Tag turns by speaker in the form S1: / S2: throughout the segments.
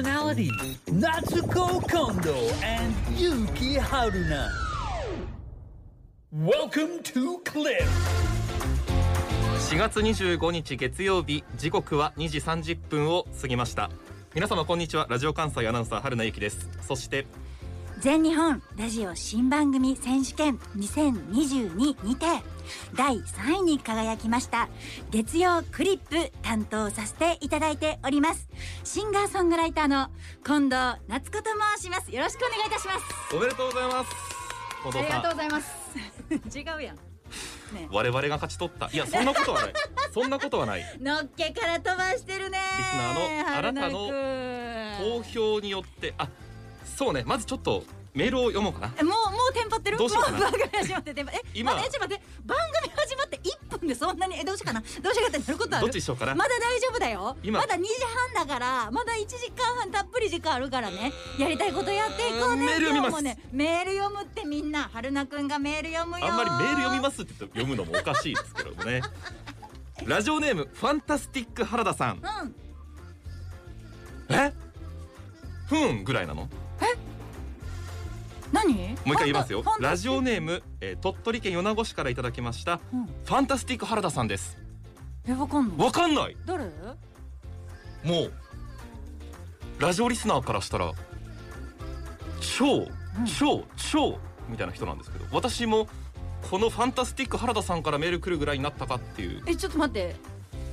S1: personality Natsuko Kondo and Yuki Haruna. Welcome to Cliff.
S2: 4月25日月曜日時刻は2時30分を過ぎました皆様こんにちはラジオ関西アナウンサー春名由紀ですそして
S3: 全日本ラジオ新番組選手権2022にて第3位に輝きました月曜クリップ担当させていただいておりますシンガーソングライターの近藤夏子と申しますよろしくお願いいたします
S2: おめでとうございます近
S4: あ
S2: 藤
S4: りがとう
S2: さ
S4: ございま す。
S3: 違うやん
S2: ん我々が勝ち取ったいやそんなことはない そんなことはない
S3: のっけから飛ばしてるね
S2: リスナーのあなたの
S3: の
S2: 投票によってあそうねまずちょっとメールを読もうかな
S3: えもうもうテンパってる
S2: どうしようかな
S3: も番組始まってテンパえ
S2: 今
S3: 今、待ってちょっと待って番組始まって1分でそんなにえどうしようかなどうしようかってなることあ
S2: ど
S3: る
S2: っちにしようかな、
S3: まだ大丈夫だよ
S2: 今
S3: まだ2時半だからまだ1時間半たっぷり時間あるからねやりたいことやっていこうね
S2: メール読みま
S3: 今
S2: す
S3: 日もねメール読むってみんな春菜くんがメール読むよ
S2: あんまりメール読みますって言って読むのもおかしいですけどもねラジオネームファンタスティック原田さん
S3: うん
S2: えふんぐらいなの
S3: 何
S2: もう一回言いますよ
S3: ファンタ
S2: ラジオネーム、えー鳥取県米子市からいただきました
S3: うん
S2: ファンタスティック原田さんです
S3: えわかんない
S2: わかんない
S3: 誰
S2: もうラジオリスナーからしたら超超超みたいな人なんですけど私もこのファンタスティック原田さんからメール来るぐらいになったかっていう
S4: え、ちょっと待って。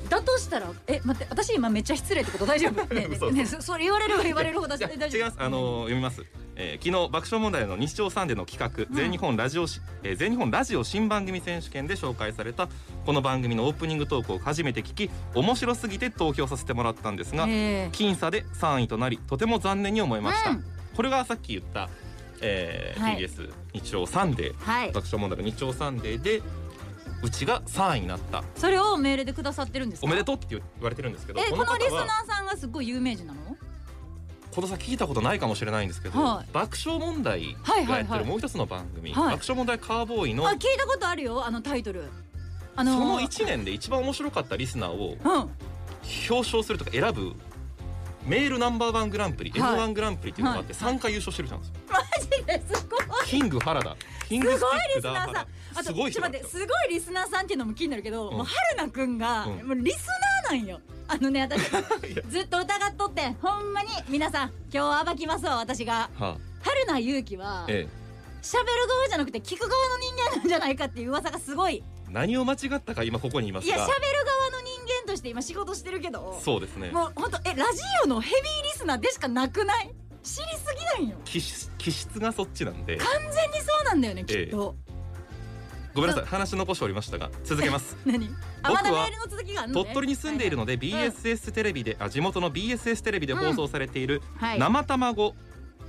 S4: だとしたら、え、待って、私今めっちゃ失礼ってこと大丈夫。ねえ、ね
S2: 嘘
S4: え、ねえ、そそれ言われれば言われるほど
S2: いや
S4: 大丈夫。
S2: 違いますあのー読みます、えー、昨日爆笑問題の日曜サンデーの企画、全日本ラジオし、えー全日本ラジオ新番組選手権で紹介されたこの番組のオープニングトークを初めて聞き面白すぎて投票させてもらったんですが、
S4: え
S2: 僅差で3位となりとても残念に思いました、
S3: うん
S2: これがさっき言った、えー
S3: はい
S2: TBS 日曜サンデー
S3: はい
S2: 爆笑問題の日曜サンデーでうちが3位になった
S4: それをメールでくださってるんです
S2: お
S4: か。
S2: めでとうって言われてるんですけど
S4: え、このリス
S2: 方
S4: ナ
S2: は
S4: ーさんがすごい有名人なの。
S2: この先聞いたことないかもしれないんですけど、
S4: はい
S2: 爆笑問題
S4: はい
S2: が
S4: は
S2: や
S4: い
S2: って
S4: は
S2: る
S4: い。
S2: もう一つの番組「
S4: はい
S2: 爆笑問題カーボーイの」
S4: あ、聞いたことあるよ、あのタイトル。あのー。
S2: その1年で一番面白かったリスナーを
S4: うん。
S2: 表彰するとか選ぶメールナンバーワングランプリ、
S4: はい
S2: M1 グランプリっていうのがあって
S4: はい
S2: 3回優勝してる人なんですよ、
S4: えすごい。
S2: キング原田キングスティック
S4: リスナ
S2: ダ
S4: ーさ
S2: ー
S4: ん
S2: 原
S4: あ
S2: 田す
S4: と、
S2: ごい
S4: ち
S2: 人
S4: ょっと
S2: なん
S4: 待っ
S2: で
S4: て、
S2: すよ
S4: すごいリスナーさんっていうのも気になるけど、
S2: うん
S4: もう春菜くんが、
S2: うん
S4: もうリスナーなんよ。あのね、私
S2: いや、
S4: ずっと疑っとってん、ほんまに、皆さん、今日暴きますわ、私が。
S2: は
S4: 春菜ゆうきは
S2: あ、、え
S4: 喋る側じゃなくて、聞く側の人間なんじゃないかっていう噂がすごい。
S2: え、何を間違ったか今ここにいま
S4: い
S2: す
S4: や、喋る側
S2: が
S4: の人間として今仕事してるけど、
S2: そうですね
S4: もうほんと、え、ラジオのヘビーリスナーでしかなくない知りすぎなんよ。
S2: 気質気質がそっちなんで
S4: 完全にそうなんだよね、きっと。
S2: ごめんなさい話残しておりましたが続けます
S4: 何あ、
S2: 僕は
S4: まだメールの続きがあるのね
S2: 鳥取に住んでいるので BSS テレビで、あ地元の BSS テレビで放送されている
S4: はい、はい
S2: 生卵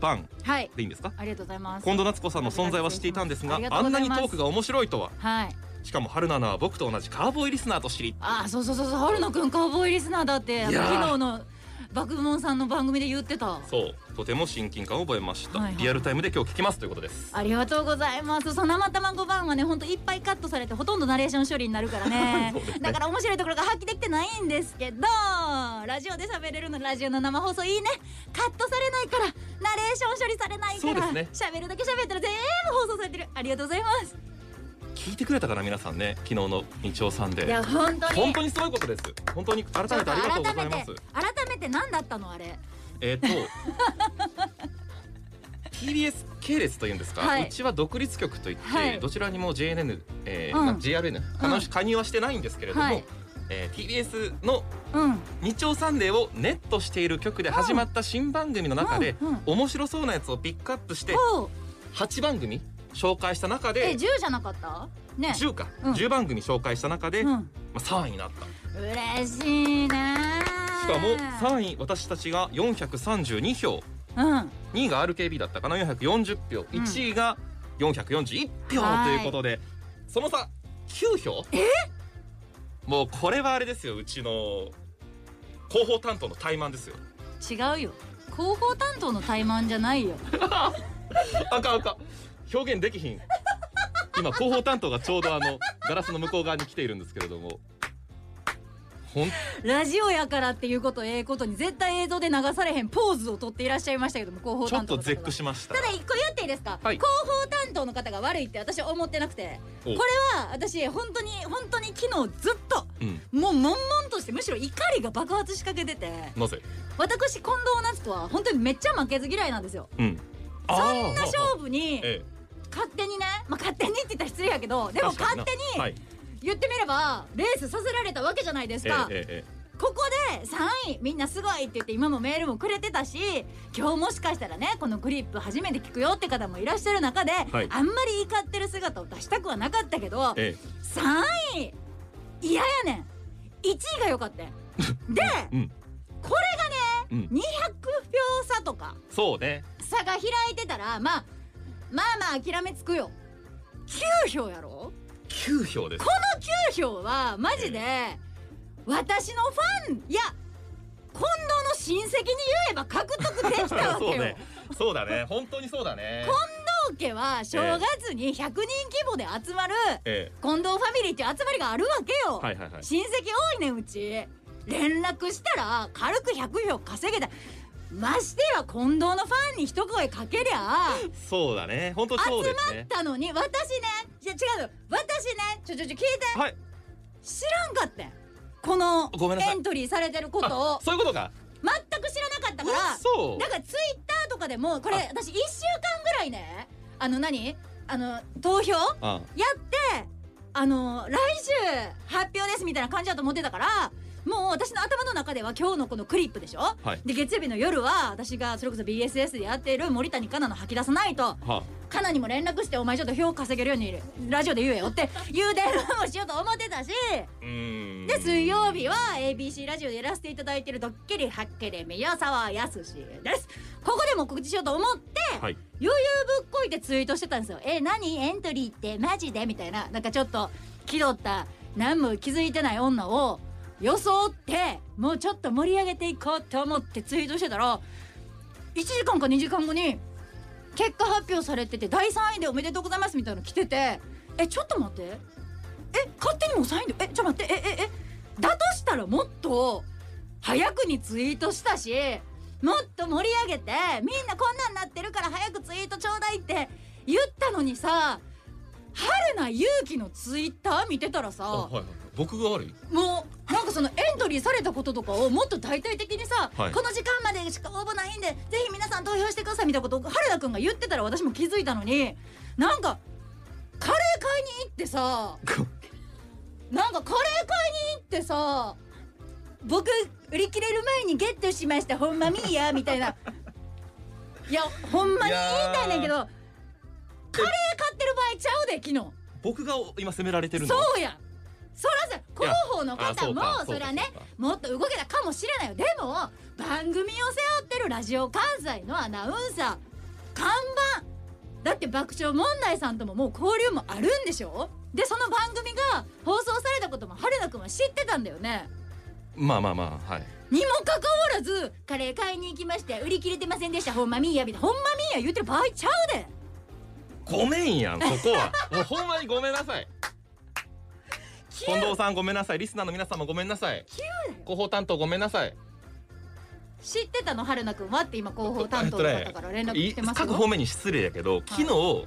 S2: パン
S4: はい。
S2: でいいんですか
S4: ありがとうございます。
S2: 近藤夏子さんの存在は知っていたんですが
S4: ありがと
S2: あ
S4: うご
S2: ん
S4: ざ
S2: ないに
S4: ま
S2: ト
S4: す
S2: ークが面白いとは
S4: はい。
S2: しかも春菜アナは僕と同じカーボーイリスナーと知り
S4: あ、そうそうそうそう、春野くんカウボーイリスナーだって、あの
S2: いやー
S4: 昨日の爆問さんの番組で言ってた。
S2: そうとても親近感を覚えました、
S4: はいはい
S2: リアルタイムで今日聞きますということです
S4: ありがとうございます。その生卵版はね、本当いっぱいカットされて、ほとんどナレーション処理になるからね
S2: そうですね。
S4: だから面白いところが発揮できてないんですけど、ラジオで喋れるの、ラジオの生放送いいね。カットされないから、ナレーション処理されない
S2: そうで
S4: か
S2: す
S4: ら、
S2: ね
S4: 喋、るだけ喋ったら全部放送されてる。ありがとうございます。
S2: 聞いてくれたかな皆さんね昨日の日曜さんで
S4: いや、本当
S2: 本
S4: に。
S2: 当にすごいことです本当に改めてありがとうございま
S4: ち
S2: す
S4: ょっと改めて、改めて何だったのあれ。
S2: えっ、と TBS 系列というんですか、
S4: はいう
S2: ちは独立局といって、
S4: はい
S2: どちらにも JNN、えー
S4: うん
S2: まあ JRN 話加入はしてないんですけれども、
S4: はい
S2: えー TBS の
S4: うん。
S2: 「日曜サンデー」をネットしている局で始まった新番組の中で、
S4: うんうん
S2: 面白そうなやつをピックアップして
S4: おう
S2: 8番組紹介した中
S4: え
S2: で
S4: 10じゃなかったね
S2: 10か、
S4: うん
S2: 10番組紹介した中で、
S4: う
S2: ま
S4: ん
S2: あ、3位になった
S4: 嬉し
S2: し
S4: いね
S2: かも3位私たちが432票
S4: うんは
S2: 2位が RKB だったかな440票、
S4: うん
S2: 1位が441票
S4: はい
S2: ということでその差9票もうこれはあれですようちの広報担当の怠慢ですよ
S4: 違うよ広報担当の怠慢じゃないよ
S2: あかんあかん表現できひん今広報担当がちょうどあのガラスの向こう側に来ているんですけれどもほん
S4: ラジオやからっていうことええことに絶対映像で流されへんポーズをとっていらっしゃいましたけども広報
S2: ちょ
S4: 担
S2: っ
S4: 当
S2: と
S4: の方が
S2: 絶句しました
S4: ただ一個言っていいですか、
S2: はい
S4: 広報担当の方が悪いって私は思ってなくて
S2: お
S4: これは私本当に本当に昨日ずっと
S2: うん
S4: もう悶々としてむしろ怒りが爆発しかけてて
S2: なぜ
S4: 私近藤夏子は本当にめっちゃ負けず嫌いなんですよ
S2: うんあ
S4: そ
S2: ー
S4: んな勝負に
S2: ええ
S4: 勝手にねまあ勝手にって言ったら失礼やけどでも
S2: 確か
S4: 勝
S2: な
S4: 手に
S2: はい
S4: 言ってみればレースさせられたわけじゃないですか、
S2: えええええ
S4: ここで3位みんなすごいって言って今もメールもくれてたし今日もしかしたらねこのクリップ初めて聞くよって方もいらっしゃる中で、
S2: い
S4: あんまり怒ってる姿を出したくはなかったけど
S2: ええ
S4: 3位嫌やねん1位が良 かったんで
S2: えうん
S4: こ
S2: う
S4: れがね
S2: ん
S4: 200票差とか
S2: そうね
S4: 差が開いてたらまあまあまあ諦めつくよ9票やろ
S2: 9票です
S4: この9票はマジで私のファンいや近藤の親戚に言えば獲得できた わけ
S2: そ
S4: よ。
S2: うねそうだね本当にそうだね
S4: 近藤家は正月に100人規模で集まる
S2: え
S4: 近藤ファミリーっていう集まりがあるわけよ。
S2: えはいはいはい
S4: 親戚多いねんうち連絡したら軽く100票稼げたましてや近藤のファンに一声かけりゃ
S2: そうだね本当そうです
S4: あっ
S2: ね
S4: たのに私ねいや違うの私ねちょちょちょ聞いて
S2: はい
S4: 知らんかったんこの
S2: ごめんなさい
S4: エントリーされてること
S2: あ
S4: を
S2: そういうことか
S4: 全く知らなかったから
S2: そう
S4: だからツイッターとかでもこれ
S2: あ
S4: 私1週間ぐらいねあの何あの投票や
S2: あ
S4: ってあの来週発表ですみたいな感じだと思ってたからもう私の頭の中では今日のこのクリップでしょ
S2: はい
S4: で月曜日の夜は私がそれこそ BSS でやっている森谷香奈の吐き出さないと
S2: は
S4: カナにも連絡してお前ちょっと票稼げるようにラジオで言えよっていう電話もしようと思ってたし
S2: うーん
S4: で水曜日は ABC ラジオでやらせていただいてるドッキリハッケで宮沢やすしですここでも告知しようと思って
S2: はい
S4: 余裕ぶっこいてツイートしてたんですよ「え何エントリーってマジで?」みたいななんかちょっと気取った何も気づいてない女を装ってもうちょっと盛り上げていこうと思ってツイートしてたら1時間か2時間後に結果発表されてて第3位でおめでとうございますみたいなの来ててえちょっと待ってえ勝手にもう3位でえちょっと待ってえええだとしたらもっと早くにツイートしたしもっと盛り上げてみんなこんなんなってるから早くツイートちょうだいって言ったのにさ春菜勇気のツイッター見てたら
S2: あ
S4: さ
S2: はいはい僕が悪い
S4: もうなんかそのエントリーされたこととかをもっと大々的にさ、
S2: はい
S4: この時間までしか応募ないんでぜひ皆さん投票してくださいみたいなことを原田くんが言ってたら私も気づいたのになんかカレー買いに行ってさなんかカレー買いに行ってさ僕売り切れる前にゲットしましたほんまみーやみたいないやほんまに言いたいねんけどカレー買ってる場合ちゃうで昨日。
S2: 僕が今責められてるの
S4: そうやそらさ広報の
S2: あそ
S4: 方
S2: う
S4: も
S2: か
S4: そ
S2: そうか
S4: りゃね
S2: そうか
S4: もっと動けたかもしれないよでも番組を背負ってるラジオ関西のアナウンサー看板だって爆笑問題さんとももう交流もあるんでしょでその番組が放送されたことも春菜くんは知ってたんだよね
S2: まあまあまあはい
S4: にもかかわらずカレー買いに行きまして売り切れてませんでしたほんまみーやみたいなほんまみーや言ってる場合ちゃうで
S2: ごめんやんそこ はもうほんまにごめんなさい近藤さんごめんなさいリスナーの皆様ごめんなさい広報担当ごめんなさい
S4: 知ってたの春菜くんはって今広報担当の方から連絡来てますよ
S2: 各方面に失礼やけど昨日、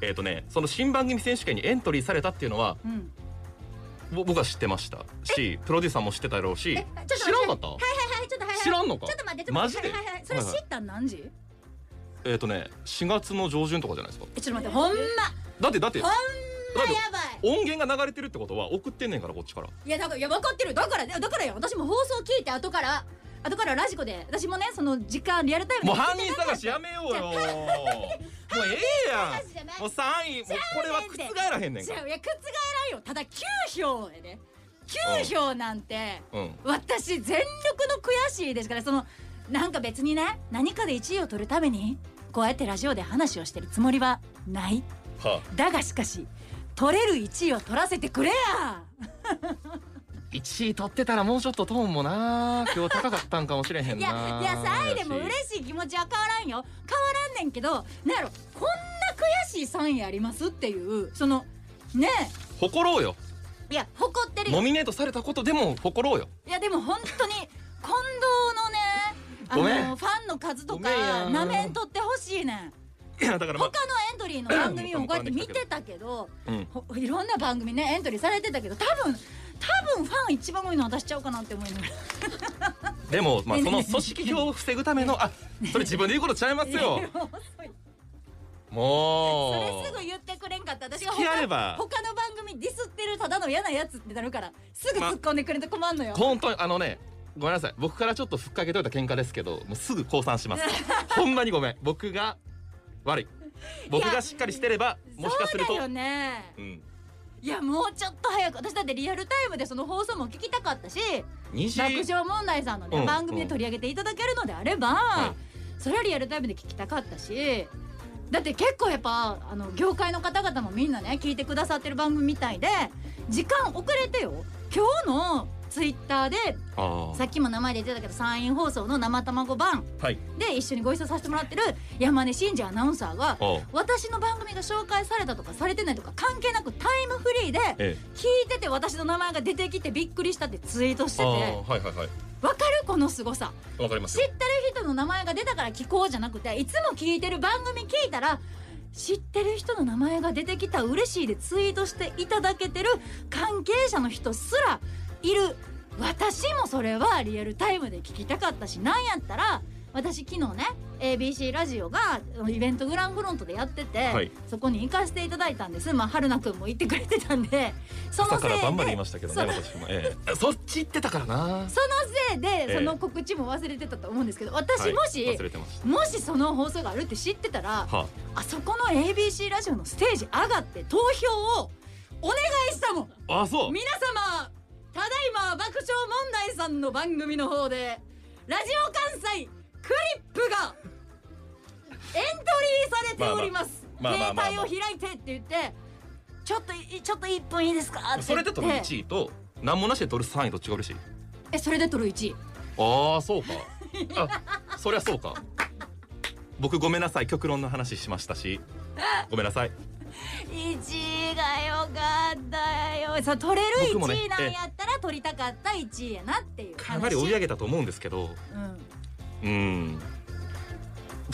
S2: えっ、とねその新番組選手権にエントリーされたっていうのは
S4: うん
S2: ぼ僕は知ってましたしプロデューサーも知ってたやろうし
S4: えちょっと待って
S2: 知らんかった
S4: はいはいちょっとはいはい
S2: 知らんのか
S4: ちょっと待ってちょっと待って
S2: マジで
S4: はいはいはいそれ知ったん何時、
S2: えっ、とね4月の上旬とかじゃないですか
S4: えちょっと待ってほんまほん
S2: だってだって
S4: ま
S2: だ
S4: や
S2: って
S4: ばい
S2: 音源が流れてるってことは送ってんねんからこっちから
S4: いやだからいや分かってるだからだからよ私も放送聞いて後から後からラジコで私もねその時間リアルタイムで
S2: もう犯人探しやめようよもうええや
S4: 探しじゃない
S2: んもう3位もうこれは覆らへんねん
S4: 違
S2: か
S4: ういや覆らんよただ9票やね9票なんて
S2: らうん
S4: 私全力の悔しいですからそのなんか別にね何かで1位を取るためにこうやってラジオで話をしてるつもりはない
S2: は
S4: だがしかし取れる1位を取らせてくれや
S2: 1位取ってたらもうちょっとトーンもな今日高かったんかもしれへん
S4: い
S2: な
S4: やいや3位でも嬉しい気持ちは変わらんよ変わらんねんけどなんやろこんな悔しい3位ありますっていうそのねえ
S2: 誇ろうよ
S4: いや誇ってるよ
S2: ノミネートされたことでも誇ろうよ
S4: いやでも本当に近藤
S2: ご
S4: の
S2: め
S4: ねあ
S2: ん
S4: のファンの数と
S2: ご
S4: か
S2: めんや
S4: なめんとってほしいね
S2: い
S4: ん
S2: やだから
S4: 他
S2: ま
S4: の
S2: あ
S4: エントリーの番組もこうやって見てたけど
S2: うん
S4: ほいろんな番組ねエントリーされてたけど多分多分ファン一番多いの私ちゃうかなって思います
S2: でもまあ
S4: ね
S2: そ
S4: ねね
S2: の組織票を防ぐためのあそれ自分で言うことちゃいます よ
S4: そ
S2: もう
S4: れすぐ言ってくれんかった私が
S2: 付き合えば
S4: 他の番組ディスってるただの嫌なやつってなるからすぐ突っ込んでくれんと困んのよ、
S2: 本当にあのねごめんなさい僕からちょっとふっかけといた喧嘩ですけどもうすぐ降参 しますほんまにごめん僕が悪い僕がしっかりしてればもしかすると
S4: そうだよね
S2: うん
S4: いやもうちょっと早く私だってリアルタイムでその放送も聞きたかったし爆
S2: 20
S4: 笑問題さんのね、
S2: うん
S4: 番組で取り上げていただけるのであれば、それはリアルタイムで聞きたかったしだって結構やっぱあの業界の方々もみんなね聞いてくださってる番組みたいで時間遅れてよ今日のツイッターで
S2: あ
S4: さ
S2: ー
S4: っきも名前で言ってたけど山陰放送の生卵版
S2: はい
S4: で一緒にご一緒させてもらってる山根真二アナウンサーが
S2: あー
S4: 私の番組が紹介されたとかされてないとか関係なくタイムフリーで
S2: ええ
S4: 聞いてて私の名前が出てきてびっくりしたってツイートして
S2: あ
S4: て
S2: ーはいはいはい
S4: わかるこの凄さ
S2: わかりま
S4: 知
S2: す
S4: って
S2: よ
S4: る人の名前が出たから聞こうじゃなくていつも聞いてる番組聞いたら知ってる人の名前が出てきた嬉しいでツイートしていただけてる関係者の人すらいる私もそれはリアルタイムで聞きたかったしなんやったら私昨日ね ABC ラジオがイベントグランフロントでやってて、
S2: はい
S4: そこに行かせていただいたんですまあ春菜くんも行ってくれてたんでその
S2: 朝
S4: せ
S2: か
S4: い
S2: ら
S4: で
S2: 晩まで言いましたけどね私もええそっち行ってたからな
S4: そのせい
S2: ええ
S4: でその告知も忘れてたと思うんですけど
S2: は
S4: 私
S2: い
S4: もし、
S2: 忘れてまし
S4: もしその放送があるって知ってたら
S2: たは
S4: あそこの ABC ラジオのステージ上がって投票をお願いしたもん
S2: ああそう
S4: 皆様ただいま爆笑問題さんの番組の方でラジオ関西クリップがエントリーされております
S2: まあまあ
S4: 携
S2: まあまあ
S4: 帯を開いてって言ってちょっといちょっと1分いいですかって言って
S2: それで取る1位と何もなしで取る3位どっちが嬉しい
S4: えそれで取る1位
S2: ああそうかあそりゃそうか僕ごめんなさい極論の話しましたしごめんなさい
S4: 1位がよかったよさ取れる
S2: 僕もね
S4: 1位なんやったら取りたかった1位やなっていう話
S2: かなり追い上げたと思うんですけどう
S4: うん
S2: ん本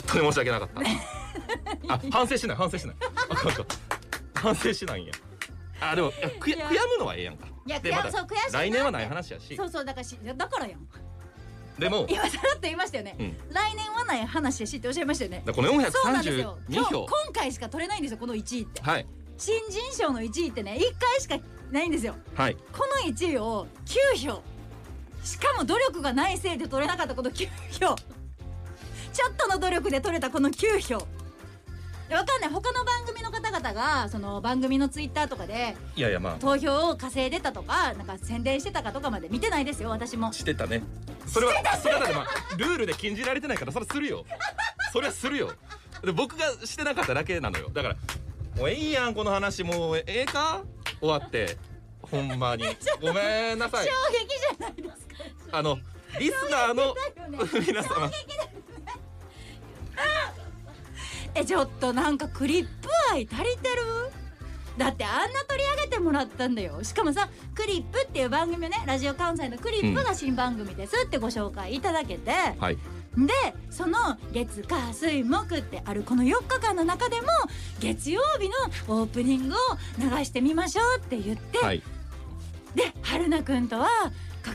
S2: 当に申し訳なか ったあ反省しない反省しないあかんあかん反省しないんやあでもいや悔
S4: いや
S2: 悔やむのはええやんか
S4: いや
S2: で
S4: 悔や
S2: また
S4: そう悔しいな
S2: 来年はない話やし
S4: そうそうだからしだからやん
S2: でも
S4: 今さらっと言いましたよね、
S2: うん
S4: 来年はない話やしっておっしゃいましたよね
S2: だからこ
S4: そう
S2: の
S4: なんですよ
S2: 432
S4: 今日
S2: 票
S4: 今回しか取れないんですよこの1位って
S2: はい
S4: 新人賞の1位ってね1回しかないんですよ
S2: はい
S4: この1位を9票しかも努力がないせいで取れなかったこの9票 ちょっとの努力で取れたこの9票でわかんない他の番組の方々がその番組のツイッターとかで
S2: いやいやま
S4: 投票を稼いでたとかなんか宣伝してたかとかまで見てないですよ私も
S2: あしてたねそれはそれはだってまあルールで禁じられてないからそれはするよそれはするよで僕がしてなかっただけなのよだからもうえいやんこの話もうええか終わってほんまにごめんなさい
S4: 衝撃じゃないですか
S2: あのリスナーの
S4: だよね
S2: 皆様
S4: えちょっとなんかクリップ愛足りてるだってあんな取り上げてもらったんだよしかもさ「クリップ」っていう番組をねラジオ関西のクリップが新番組ですってご紹介いただけて、
S2: はい
S4: でその月火水木ってあるこの4日間の中でも月曜日のオープニングを流してみましょうって言って、
S2: はい
S4: で春菜くんとは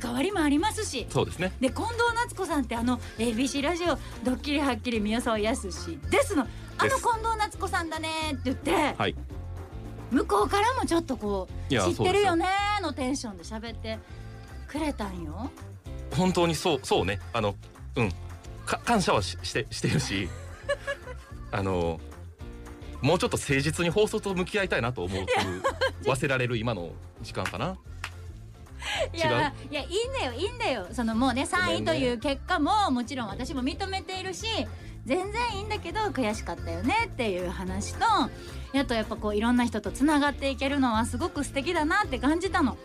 S4: 関わりもありますし
S2: そうですね
S4: で近藤夏子さんってあの ABC ラジオ「ドッキリはっきり宮沢やすし」ですのあの
S2: で
S4: 近
S2: す
S4: 藤夏子さんだねって言って
S2: はい
S4: 向こうからもちょっとこう「
S2: いや
S4: 知ってる
S2: そ
S4: よ
S2: うで
S4: ね」のテンションで喋ってくれたんよ。
S2: 本当にそうそうねあのうんか感謝はししてしてる しあのもうちょっと誠実に放送と向き合いたいなと思う忘れられる今の時間か ない
S4: やいやいいんだよいいんだよそのもうね3位という結果ももちろん私も認めているし全然いいんだけど悔しかったよねっていう話とあとやっぱこういろんな人とつながっていけるのはすごく素敵だなって感じたの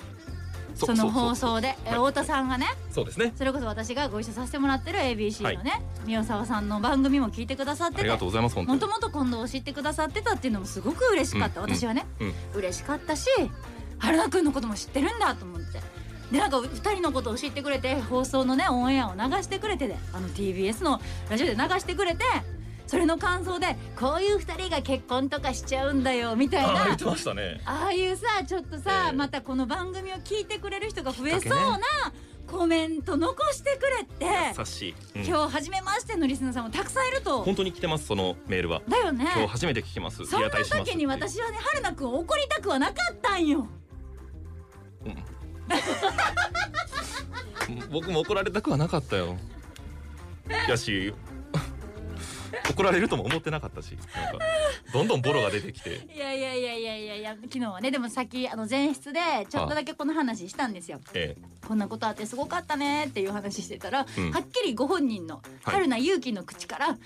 S4: その放送でえ
S2: はい
S4: 太田さんがね
S2: そうですね
S4: それこそ私がご一緒させてもらってる ABC のね、宮沢さんの番組も聞いてくださっ
S2: あ
S4: て
S2: り
S4: て
S2: がとうございます本当
S4: も
S2: に
S4: ともと近藤を知ってくださってたっていうのもすごく嬉しかった、
S2: うん
S4: 私はね、
S2: うん
S4: 嬉しかったし春菜くんのことも知ってるんだと思ってでなんか2人のことを知ってくれて放送のねオンエアを流してくれてであの TBS のラジオで流してくれてそれの感想でこういう2人が結婚とかしちゃうんだよみたい
S2: あ
S4: な
S2: 言ってましたね
S4: ああいうさちょっとさ、
S2: ええ
S4: またこの番組を聞いてくれる人が増えそう
S2: きっかけ
S4: なコメント残してくれて、
S2: 優しい、うん
S4: 今日初めましてのリスナーさんもたくさんいると
S2: 本当に来てますそのメールは
S4: だよね
S2: 今日初めて聞きます
S4: そんな
S2: リアタイします
S4: 時に私はね春菜くんを怒りたくはなかったんよ
S2: うん僕も怒られたくはなかったよや し怒られるとも思ってなかったしなんかどんどんボロが出てきて
S4: いやいやいやいやいやいや昨日はねでもさっきあの前室でちょっとだけこの話したんですよ
S2: え
S4: こんなことあってすごかったねっていう話してたら、
S2: うん
S4: はっきりご本人の春菜勇気の口から、
S2: ん
S4: あ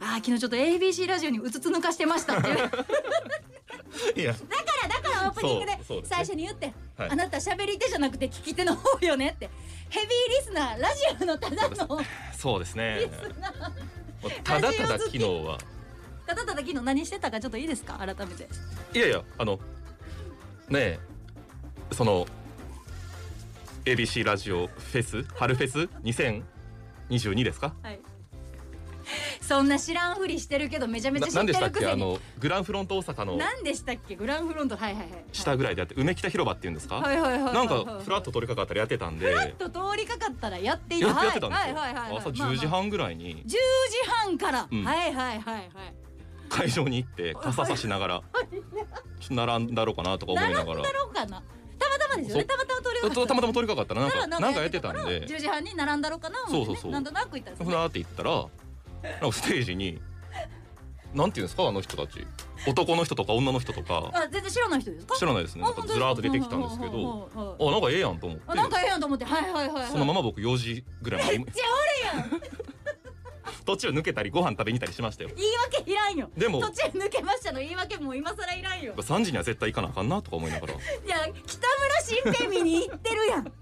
S4: あ昨日ちょっと ABC ラジオにうつつ抜かしてましたっていう だか
S2: えいや
S4: らだからオープニングで
S2: そうそうですね
S4: 最初に言って、
S2: はい
S4: あなた喋り手じゃなくて聞き手の方よねってヘビーリスナーラジオのただの
S2: そうですねただただ昨日は
S4: ただただ昨日何してたかちょっといいですか改めて
S2: いやいやあのねえその ABC ラジオフェス春フェス2022ですか
S4: はい。そんな知らんふりしてるけどめちゃめちゃ知
S2: な
S4: っ
S2: んで
S4: て
S2: した
S4: る
S2: っ
S4: く
S2: け
S4: せ
S2: あ
S4: に。
S2: のグランフロント大阪の
S4: なんでしたっけグランフロントはいはいはい。
S2: 下ぐらいであって梅北広場っていうんですか、
S4: はいはいはいはい。
S2: なんかフラッと取り掛かったらやってたんで
S4: ちょっと通りかかったらやってい
S2: や
S4: た。
S2: っやってたんです
S4: はい
S2: よ、
S4: はいはいはい。
S2: 朝10時
S4: まあまあ。
S2: 半ぐらいに
S4: 10時半から、
S2: うん
S4: はいはいはいはい。
S2: 会場に行って傘差しながらちょっと並んだろうかなとか思いながら
S4: だろうかな。たまたまですよ
S2: そ
S4: ね。
S2: う
S4: たまたま通り
S2: たま
S4: かかっ
S2: ま通りかかった
S4: たた。
S2: らなんかなんかやってた
S4: から
S2: んで
S4: 10時半に並んだろうかな思ってね。
S2: そうそうそう
S4: なんとなく行ったん
S2: ふ
S4: ですね。
S2: らーって行ったらなんかステージになんていうんですかあの人たち男の人とか女の人とか
S4: あ全然知らない人ですか。
S2: 知らないですねなんかずらーっと出てきたんですけ
S4: ほうほう
S2: ど
S4: ほうほうほう。
S2: あなんかええやんと思っ
S4: あなんか
S2: て
S4: ええやんと思ってはいはいはいはい。
S2: そのまま僕4時ぐらいまで
S4: じゃ
S2: 途中抜けたりご飯食べに行ったりしましたよ
S4: 言い訳いらんよ
S2: でも
S4: 途中抜けましたの言い訳もう今更いらんよ
S2: 3時には絶対行かなあかんなとか思いな がら
S4: いや北村新平見に行って るやん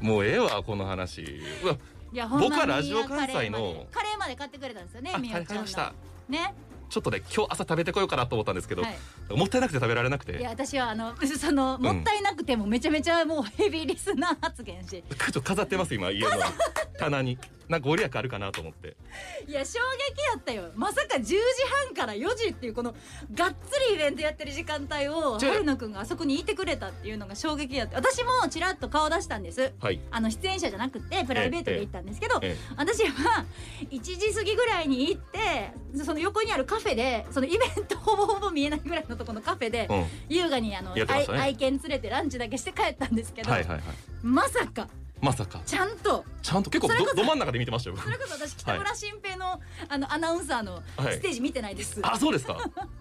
S2: もうええわこの話うわ
S4: いやほんまに
S2: 僕はラジオ関西の
S4: いやカレーまでカレーまで買ってくれたんですよね
S2: あ
S4: みよ
S2: 買い
S4: ちゃん
S2: ま
S4: の
S2: した
S4: ね
S2: ちょっとね今日朝食べてこようかなと思ったんですけど、
S4: はい
S2: もったいなくて食べられなくて
S4: いや私はあの そのもったいなくてもめちゃめちゃもうヘビーリスナー発言
S2: ちょ
S4: し、
S2: っと飾ってます今家の棚になんかご利益あるかなと思って
S4: いや衝撃やったよまさか10時半から4時っていうこのがっつりイベントやってる時間帯を
S2: ちょ
S4: 春野くんがあそこにいてくれたっていうのが衝撃やって私もちらっと顔出したんです
S2: はい
S4: あの出演者じゃなくてプライベートで行ったんですけど、
S2: え
S4: 私は1時過ぎぐらいに行ってその横にあるカフェでそのイベントほぼほぼ見えないぐらいのところのカフェで、
S2: えうんは
S4: 優雅にあの、
S2: やってま
S4: 愛
S2: したね
S4: 愛犬連れてランチだけして帰ったんですけど、
S2: いはいはい
S4: まさか
S2: まさか
S4: ちゃんと
S2: ちゃんと結構
S4: それこ
S2: ど
S4: そ
S2: ど真ん中で見てましたよ
S4: それこそ私北村新平の,、あのアナウンサーの
S2: はい
S4: ステージ見てないです。
S2: あそうですか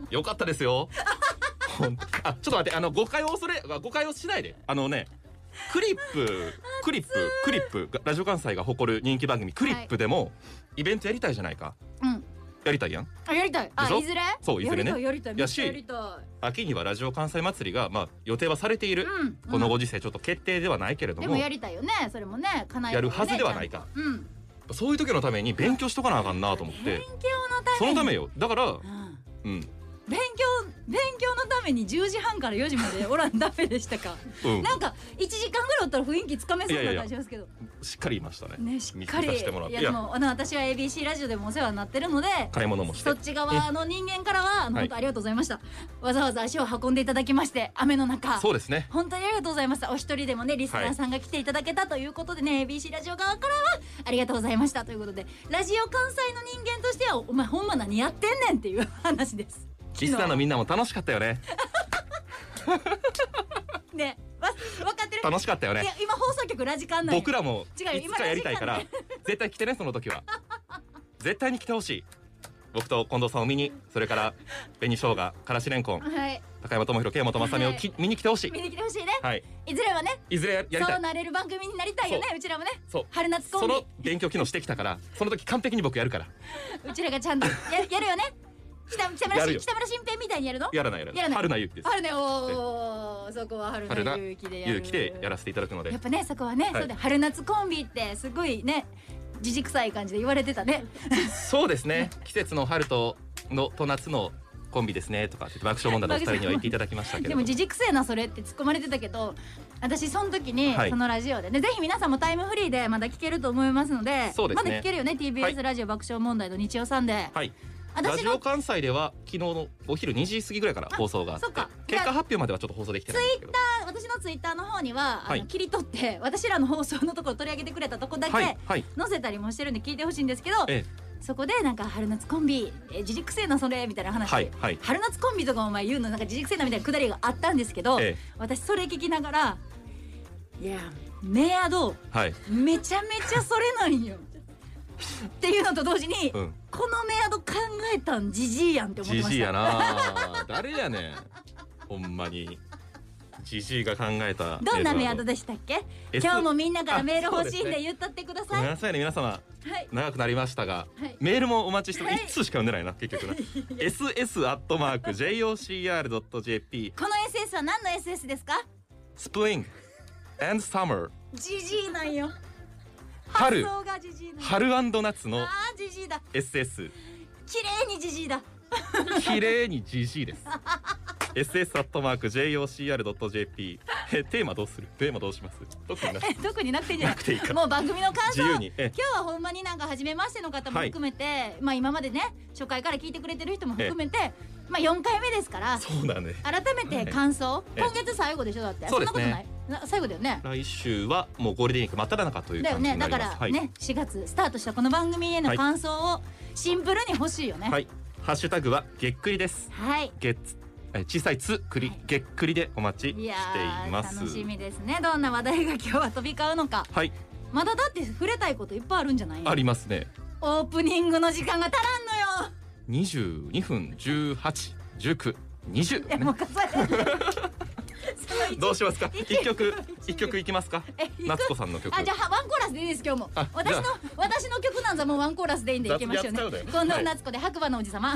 S2: よかったですよほんあちょっと待ってあの誤解を恐れあ誤解をしないであのねクリップクリップクリップがラジオ関西が誇る人気番組クリップでも、イベントやりたいじゃないか
S4: うん、
S2: やりたいやん
S4: あやりたい
S2: でし
S4: あ
S2: ょ
S4: いずれ
S2: そういずれね
S4: やりたいやりたいめっちゃ
S2: やし
S4: やりたい
S2: 秋にはラジオ関西祭りがまあ予定はされている、
S4: うん
S2: このご時世ちょっと決定ではないけれど
S4: で
S2: も,、
S4: もやりたいよねそれもね叶え
S2: や
S4: たい
S2: る
S4: よね
S2: はずではないか
S4: ちゃんとうん
S2: そういう時のために勉強しとかなあかんなと思って
S4: 勉強のために
S2: そのためよだから
S4: うん
S2: うん
S4: 勉強勉強のために10時半から4時までおらんダメでしたか
S2: うん
S4: なんか1時間ぐらいおったら雰囲気つかめそうな感じしますけど
S2: しっかり言いましたね
S4: ねしっかり
S2: 見させてもらっ
S4: い
S2: てい
S4: やで
S2: や
S4: もあの私は ABC ラジオでもお世話になってるので
S2: 買い物もして
S4: そっち側の人間からはあの
S2: はい
S4: 本当ありがとうございました、わざわざ足を運んでいただきまして雨の中
S2: そうですね
S4: 本当にありがとうございましたお一人でもねリスナーさんが来ていただけたということでね、ABC ラジオ側からはありがとうございましたということでラジオ関西の人間としてはお前ほんま何やってんねんっていう話です
S2: リスナーのみんなも楽しかったよね
S4: ねわ分かってる
S2: 楽しかったよ
S4: い
S2: ね
S4: や今放送局ラジカンなんや
S2: 僕らも
S4: 違うよ
S2: いつかやりたいから
S4: 今
S2: 絶対来てねその時は絶対に来てほしい僕と近藤さんを見にそれから紅生姜からしれんこん
S4: はい
S2: 高山智弘圭本雅美をき見に来てほしい
S4: 見に来てほしいね
S2: はい
S4: いずれはね
S2: いずれやり
S4: そ
S2: た
S4: う
S2: い
S4: なれる番組になりたいよねうちらもね
S2: そう
S4: 春夏コ
S2: そ
S4: ン
S2: の勉強機能してきたからその時完璧に僕やるから
S4: ビうちらがちゃんとややるよね北北村
S2: や
S4: し
S2: るよ
S4: 北村新平みたいにやるの
S2: やらないやら
S4: やらない
S2: 春菜ゆきです
S4: 春ねおーそこは春
S2: 春
S4: の
S2: 菜
S4: 勇気でやる
S2: ゆきでやらせていただくので
S4: やっぱねそこはね、
S2: い
S4: そうだ春夏コンビってすごいねじじくさい感じで言われてたね
S2: そうですね季節の春とのと夏のコンビですねとかって爆笑問題のお二人 には言っていただきましたけれ
S4: で
S2: ど
S4: も
S2: も
S4: 自軸性なそれって突っ込まれてたけど私その時に
S2: はい
S4: そのラジオで、ねぜひ皆さんもタイムフリーでまだ聞けると思いますので
S2: そうですね
S4: まだ聞けるよね
S2: は
S4: TBS
S2: い
S4: ラジオ爆笑問題の日曜さんで、
S2: はいラ
S4: 私
S2: ジオ
S4: の
S2: 関西では昨日のお昼2時過ぎぐらいから放送があって
S4: あそっか
S2: 結果発表まではちょっと放送できてないんですけど
S4: 私のツイッターの方にはあの、
S2: はい
S4: 切り取って私らの放送のところ取り上げてくれたとこだけ
S2: はい
S4: 載
S2: はい
S4: せたりもしてるんで聞いてほしいんですけど、
S2: ええ
S4: そこでなんか春夏コンビ、えー、自軸性なそれみたいな話、
S2: はいはい
S4: 春夏コンビとかお前言うのなんか自軸性なみたいなくだりがあったんですけど、
S2: え
S4: 私それ聞きながらいやメアド
S2: えはい
S4: めちゃめちゃそれなんよっていうのと同時に、
S2: うん
S4: このメアド考えたんジジイやんって思って
S2: ジ
S4: ま
S2: ジイ
S4: した
S2: やな誰やねんほんまにジジイが考えた
S4: どんなメアド
S2: で
S4: でしたっけ
S2: S
S4: 今日もみんなからメール
S2: あ
S4: 欲しいん
S2: そうです
S4: で
S2: ね
S4: 言ったってくだ
S2: ご
S4: さい、
S2: めんなさいね皆様
S4: はい
S2: 長くなりましたが、
S4: はい
S2: メールもお待ちしてま
S4: はい
S2: す、一通しか読んでないな結局な ss アットマーク jocr.jp
S4: この SS は何の SS ですか
S2: スプリング and summer
S4: ジジイなんよ
S2: 春
S4: 発想がジジイなんよ
S2: 春ナッツの
S4: あージジイだ
S2: SS
S4: 綺麗にジジイだ
S2: 綺麗に GG です SS アットマーク JOCR.JP えテーマどうするテーマどうします特にな
S4: 特になくていいんじゃない
S2: なくていいか
S4: もう番組の感
S2: 自
S4: 想
S2: 由
S4: 今
S2: にえ
S4: 日はほんまになんか初めましての方も含めて、まあ今までね初回から聞いてくれてる人も含めてまあ4回目ですから
S2: そうだね
S4: 改めて感想、
S2: ええ
S4: 今月最後でしょだって
S2: そうです
S4: んなことな
S2: ね
S4: いな最後だよね
S2: 来週はもうゴールデンウィーク真っ只中という
S4: だよ
S2: 感じ
S4: ね
S2: にな
S4: だ
S2: り
S4: か
S2: ます
S4: ら
S2: はい
S4: ね、4月スタートしたこの番組への
S2: はい
S4: 感想をシンプルに欲しいよね
S2: はいハッシュタグはげっくりです
S4: はい
S2: げっつえ小さいつくり、
S4: はい
S2: げっくりでお待ちして
S4: い
S2: い
S4: やー
S2: ます
S4: 楽しみですねどんな話題が今日は飛び交うのか
S2: はい
S4: まだだって触れたいこといっぱいあるんじゃない
S2: ありますね
S4: オープニングの時間が足らんのよ
S2: 22分18、19、20
S4: えもう数 えてその一
S2: どうしますか一曲
S4: 一
S2: 一曲いきますか
S4: えいく
S2: 夏子さんの曲
S4: あじゃあワンコーラスでいいです今日も
S2: あ
S4: 私の
S2: じゃ
S4: 私の曲なんざもうワンコーラスでいいんでいけましょうね
S2: 雑に扱うだよ
S4: 近藤夏子で白馬のおじさま、